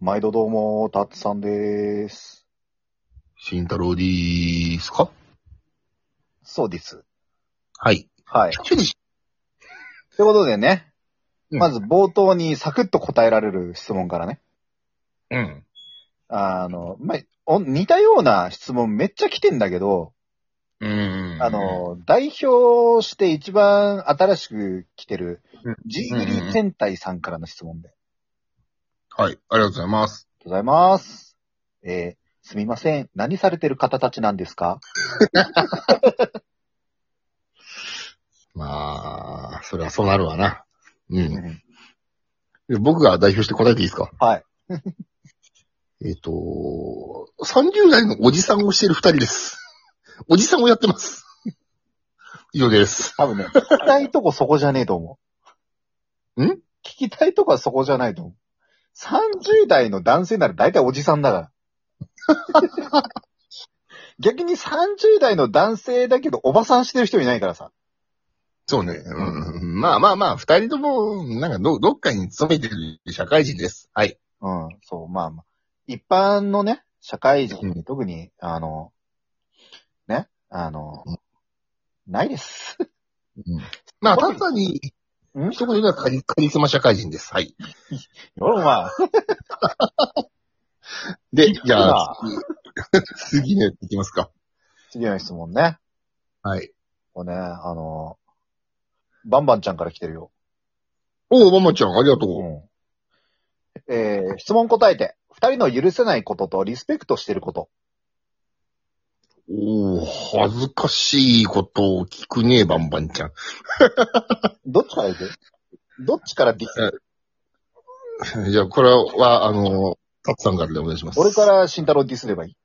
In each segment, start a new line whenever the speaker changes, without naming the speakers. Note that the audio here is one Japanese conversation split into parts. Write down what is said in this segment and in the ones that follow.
毎度どうも、たつさんでーす。
慎太郎でーすか
そうです。
はい。
はい。ということでね、
うん
まず冒頭にサクッと答えられる質問からね。
うん。
あの、まあお似たような質問めっちゃ来てんだけど、
うん。
あ、の、代表して一番新しく来てる
うん、
ジーグリー天体さんからの質問で。
はい。ありがとうございます。
ありがとうございます。えーすみません。何されてる方たちなんですか
まあ、それはそうなるわな。う。
うんん
僕が代表して答えていいですか
はい。
えっ、と、30代のおじさんをしてる二人です。おじさんをやってます。 以上です。
多分ね、聞きたいとこそこじゃねえと思う。
ん
聞きたいとこはそこじゃないと思う。30代の男性なら大体おじさんだから。逆に30代の男性だけどおばさんしてる人いないからさ。
そうね。うん。まあまあまあ、二人とも、なんかど、どっかに勤めてる社会人です。はい。
うん、そう、まあまあ。一般のね、社会人
う
に特に、あの、ね、あの、ないです。
まあ、単に、
ん
一言ではカリカリスマ社会人です。はい。
お前。
で、じゃ
な
あ、次次のやついきますか。
次の質問ね。
はい。
これね、あの、バンバンちゃんから来てるよ。
おう、ママちゃん、ありがと
う
う。
ん。えー質問答えて。二人の許せないこととリスペクトしてること。
おう、恥ずかしいことを聞くねえ、バンバンちゃん。
どっちからいくどっちからディスる
じゃあ、これは、あの、タツさんからでお願いします。
俺から慎太郎ディスればいい。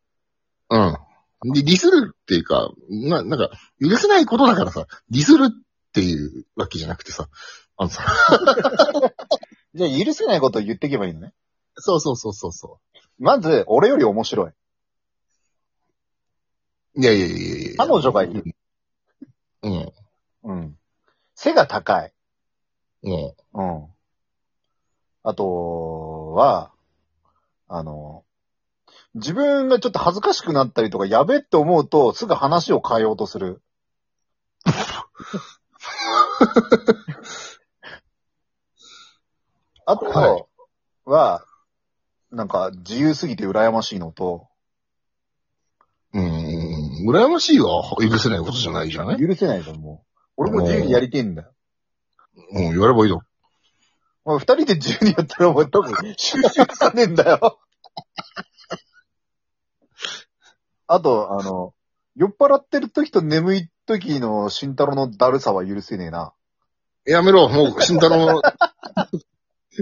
ら。うん。で、ディスるっていうか、な、なんか、許せないことだからさ、ディスるっていうわけじゃなくてさ、あのさ、
じゃあ許せないことを言っていけばいいのね。
そうそうそうそうそ
まず、俺より面白い。
う。いやいやいやいや
彼女がいる。
うん。
うん。背が高い。
うん。
うん。あとは、あの、自分がちょっと恥ずかしくなったりとか、やべって思うと、すぐ話を変えようとす る。あと
はい
は、なんか、自由すぎて羨ましいのと、
うん。羨ましいわ。許せないことじゃないじゃない
許せないじゃん、もう。俺も自由にやりてえんだよ。
うん、やればいいだろ。
お前二人で自由にやったら、お前多分、収集さねえんだよ。あと、あの、酔っ払ってる時と眠い時の慎太郎のだるさは許せねえな。
やめろ、もう、慎太郎の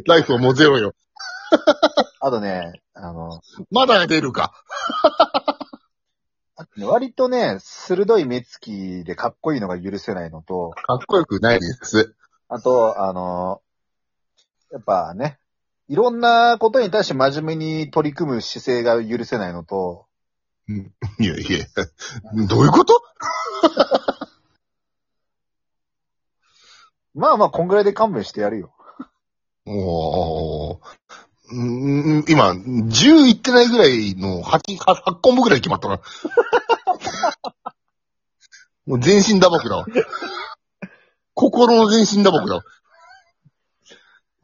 ライフはもうゼロよ。
あとね、あの、
まだ出るか。
割とね、鋭い目つきでかっこいいのが許せないのと、
かっこよくないです。
あと、あの、やっぱね、いろんなことに対して真面目に取り組む姿勢が許せないのと、
いやいや、どういうこと
まあまあ、こんぐらいで勘弁してやるよ。
もう、うん今、10いってないぐらいの8、8コンボぐらい決まったな。もう全身打撲だわ。心の全身打撲だわ。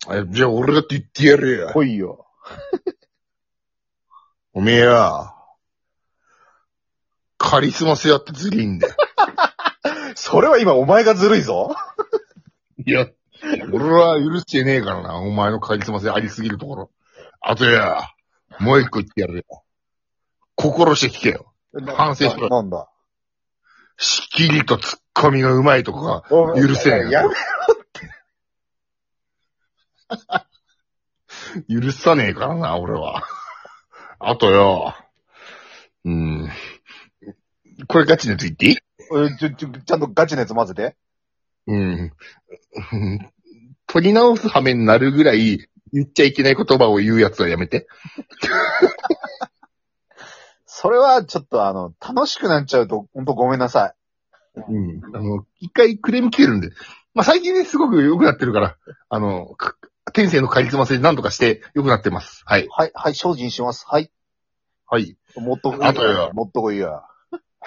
あじゃあ俺だって言ってやるよ。
来いよ。
おめえや、カリスマ性あってずるいんだよ。
それは今お前がずるいぞ。
いや、俺は許してねえからな、お前のカリスマ性ありすぎるところ。あとや、もう一個言ってやるよ。心して聞けよ。反省しろ
なんだ。
しっきりと突っ込みがうまいとこが許せねえ
や
よ。許さねえからな、俺は。あとよ、うん。これガチでついていい
うんちょちょちゃんとガチなやつ混ぜて。
うん。うん取り直す羽目になるぐらい言っちゃいけない言葉を言うやつはやめて。
それはちょっとあの、楽しくなっちゃうと、ほんとごめんなさ
うん。あの、一回クレーム切れるんで。まあ、最近ね、すごく良くなってるから、あの、く天性のカリスマ性で何とかして良くなってます。はい。
はい、はい、精進します。はい。
はい。
もっとこい
あとよ
もっとこいや。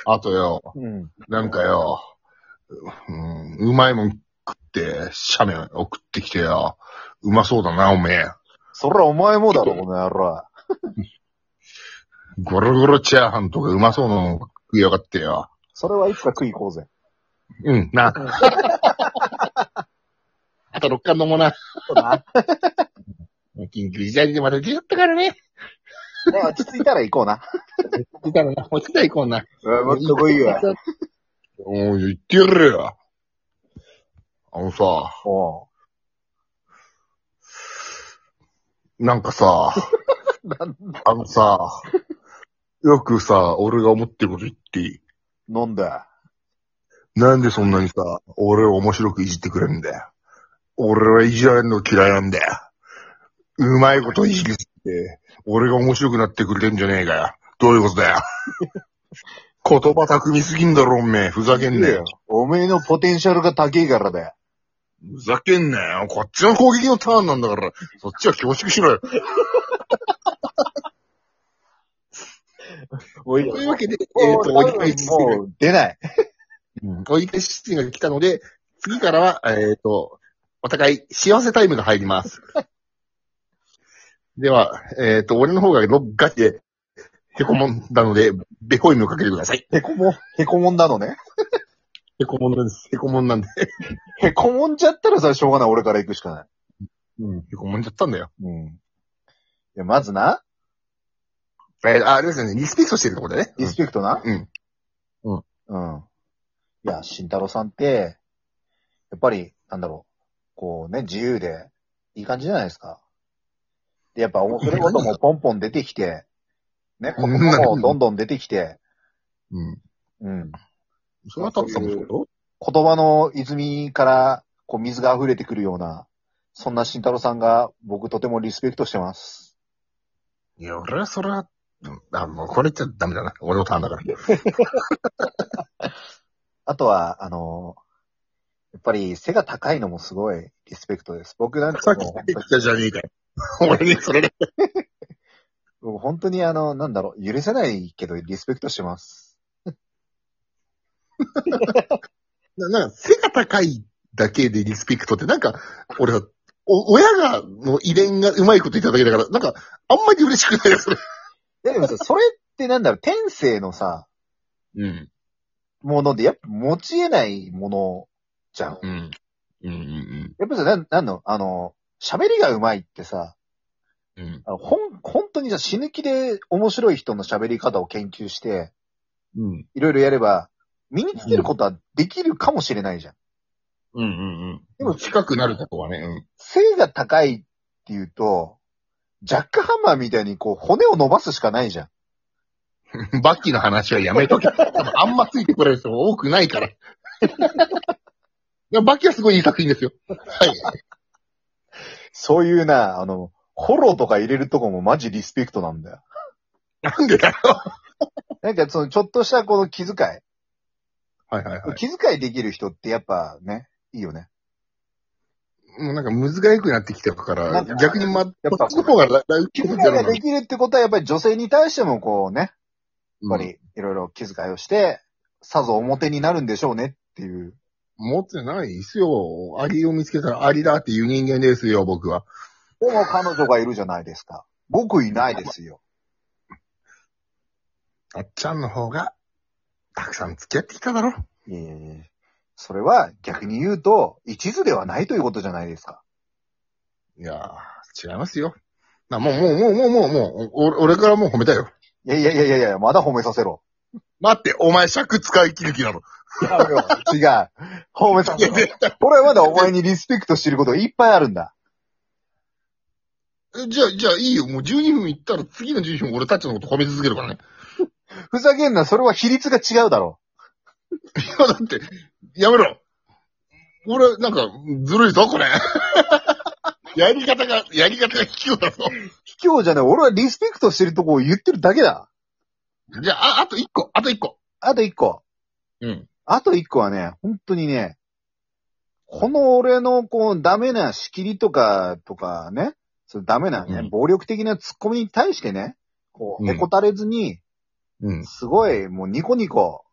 あとよ、
うん。
なんかよ、うん、うまいもん食って、シャメ送ってきてよ。うまそうだな、おめえ。
そらお前もだろ、この野郎。
ゴロゴロチャーハンとかうまそうなの食いやがってよ。
それはいつか食い行こうぜ。
うん、な。
うん
あと6巻のもな。
そうだな。
緊急事態でまた出ちゃったからね。
まあ、落ち着いたら行こうな。
出たらな、落ちたいこんな。
もっとこいや。
おう、言ってやるよ。あのさ、
おう
なんかさ、
なん
あのさ、よくさ、俺が思ってること言っていい。
飲んだ。
なんでそんなにさ、俺を面白くいじってくれるんだよ。俺はいじられるの嫌いなんだよ。うまいこといじりすぎて、俺が面白くなってくれてんじゃねえかよ。どういうことだ よ。言葉巧みすぎんだろ、おめえ。ふざけんなよ。
おめえのポテンシャルが高いからだよ。
ふざけんなよ。こっちの攻撃のターンなんだから、そっちは恐縮しろ よ。
おい
というわけで、えっ、
もう
と、
多
おい
分もう出ない。
おいてシステムが来たので、次からは、えっ、と、お互い幸せタイムが入ります。では、えっ、と、俺の方がガチで、へこもんだので、ベホイムをかけてください。
へこも、へこもんなのね。
へこもんなんです。へこもんなんで。
へこもんじゃったらそれしょうがない。俺から行くしかない。
うん。へこもんじゃったんだよ。
うん。いや、まずな、
えーああれですよね、リスペクトしてるところだね。
リスペクトな。
うん。うん。
うん。いや、慎太郎さんって、やっぱり、なんだろう、こうね、自由で、いい感じじゃないですか。で、やっぱ面白いこともポンポン出てきて、ね、子供もどんどん出てきて、
うん。
うん。
それは多分さんもそうだろ
言葉の泉から、こう、水が溢れてくるような、そんな慎太郎さんが、僕とてもリスペクトしてます。
いや、俺はそれは、うんあ、もうこれ言っちゃダメだな。俺のターンだから。
あとは、あの、やっぱり背が高いのもすごいリスペクトです。僕なん
さ
か
っき
もう
言
本
っ
当に、
たじゃねえかよ。 俺にそれだ
僕本当にあの、なんだろう、許せないけどリスペクトしてます。
ななんか、背が高いだけでリスペクトって、なんか、俺は、お、親が、の遺伝がうまいこと言っただけだから、なんか、あんまり嬉しくないよ、それ。
いやでもさ、それってなんだろう、天性のさ、
うん。
もので、やっぱ持ち得ないものじゃん。
うん。うん、うん、
やっぱさ、なん、なんの、あの、喋りが上手いってさ、
うん。
あのほん、本当にじゃあ死ぬ気で面白い人の喋り方を研究して、
うん。
いろいろやれば、身につけることはできるかもしれないじゃん。
うん、うん、うん。
で
で
も
も、近くなるとこはね、うん。
背が高いっていうと、ジャックハンマーみたいにこう骨を伸ばすしかないじゃん。
バッキーの話はやめとけ。あんまついてこれる人も多くない から。いやバッキーはすごいいい作品ですよ。はい。
そういうな、あの、フォローとか入れるとこもマジリスペクトなんだよ。
なんでだよ。
なんかそのちょっとしたこの気遣い。
はいはいはい。
気遣いできる人ってやっぱね、いいよね。
もうなんか難しくなってきてるか
な
ら
んか、
逆にま、こ
やっぱ
っちの方が楽気
気遣
分
い
になる
が
の
で
に。
きるってことはやっぱり女性に対してもこうね、
う
やっぱ
ん
りいろいろ気遣いをして、さぞ表になるんでしょうねっていう。
持ってないですよ。アリを見つけたらアリだっていう人間ですよ、僕は。
でも彼女がいるじゃないですか。僕いないですよ。
あっちゃんの方が、たくさん付き合ってきただろ。
いえいえいえそれは逆に言うと、一途ではないということじゃないですか。
いやー、違いますよ。な、もう、もう、もう、もう、もう、もう、お俺からもう褒めたよ。
いやいやいやいやいや、まだ褒めさせろ。
待って、お前尺使い切る気なの。
やめろ。違う。褒めさ
い
せ
や
ろ。
で
俺はまだお前にリスペクトしてることがいっぱいあるんだ。
じゃあ、じゃあいいよ。もう12分いったら次の12分俺たちのこと褒め続けるからね。
ふざけんな、それは比率が違うだろ
い や、だって、やめろ。俺、なんか、ずるいぞ、これ。 やり方が、やり方が卑怯だぞ。
う。卑怯じゃない。俺はリスペクトしてるとこを言ってるだけだ。
じゃあ、あ、あと1個、あと1個。
あと一個。
うん。
あと一個はね、本当にね、この俺の、こう、ダメな仕切りとか、とかね、そのダメなね、
うん
暴力的なツッコミに対してね、こ
うん
う、へこたれずに、
うん。
すごい、もうニコニコ、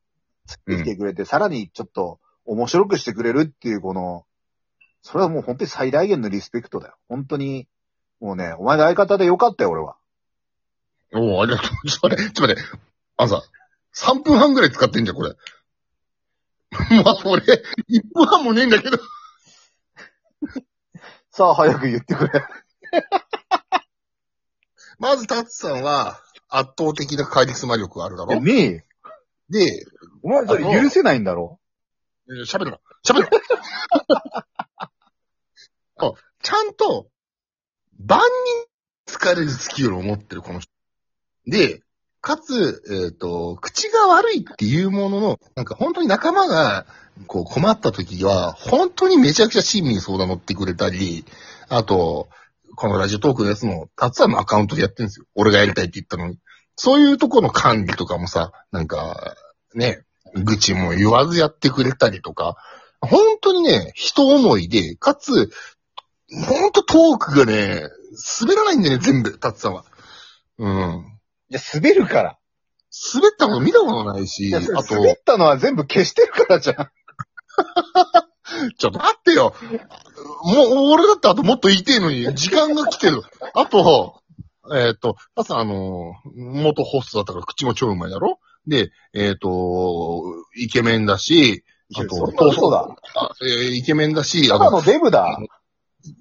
ついてきてくれて、さらにちょっと、面白くしてくれるっていう、この、それはもう本当に最大限のリスペクトだよ。本当に、もうね、お前の相方でよかったよ、俺は。
おおありがとう。ち ょっと待って、ちょっと待って。あのさ、3分半ぐらい使ってんじゃん、これ。 まあ、俺、1分半もねえんだけど。
さあ、早く言ってくれ。
まず、タッツさんは、圧倒的な解決魔力があるだろ
ねえ。
で、
お前それ許せないんだろ
喋るな。喋るな。あちゃんと、万人疲れるスキルを持ってる、この人。で、かつ、えっ、と、口が悪いっていうものの、なんか本当に仲間が、こう困った時は、本当にめちゃくちゃ親身に相談乗ってくれたり、あと、このラジオトークのやつも、たつさんのアカウントでやってるんですよ。俺がやりたいって言ったのに。そういうとこの管理とかもさ、なんか、ね、愚痴も言わずやってくれたりとか、本当にね、人思いで、かつ、本当トークがね、滑らないんだよね、全部、たつさんは。うん。
じゃ、滑るから。
滑ったこと見たことない
い
し、
や、
あ
それ
と、
滑ったのは全部消してるからじゃん。
ちょっと待ってよ。もう、俺だってあともっと言いてえのに、時間が来てる。あと、えっ、と、まさ、あの、元ホストだったから口も超うまいだろで、えっ、と、イケメンだし、あと、
そうだ。
あえーイケメンだし、あ
ただ、
の
のデブだ。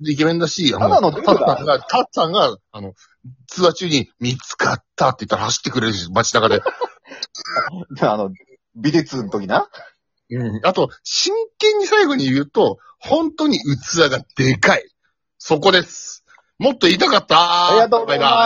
イケメンだし、あ
ただの
タ
デブ
ッ
だ
さんが、タッさんが、あの、ツアー中に見つかったって言ったら走ってくれるし、街 中で。
あの、美術の時な。
うん。あと、真剣に最後に言うと、本当に器がでかい。そこです。もっと言いたかった
ありがとうございます
バイバイ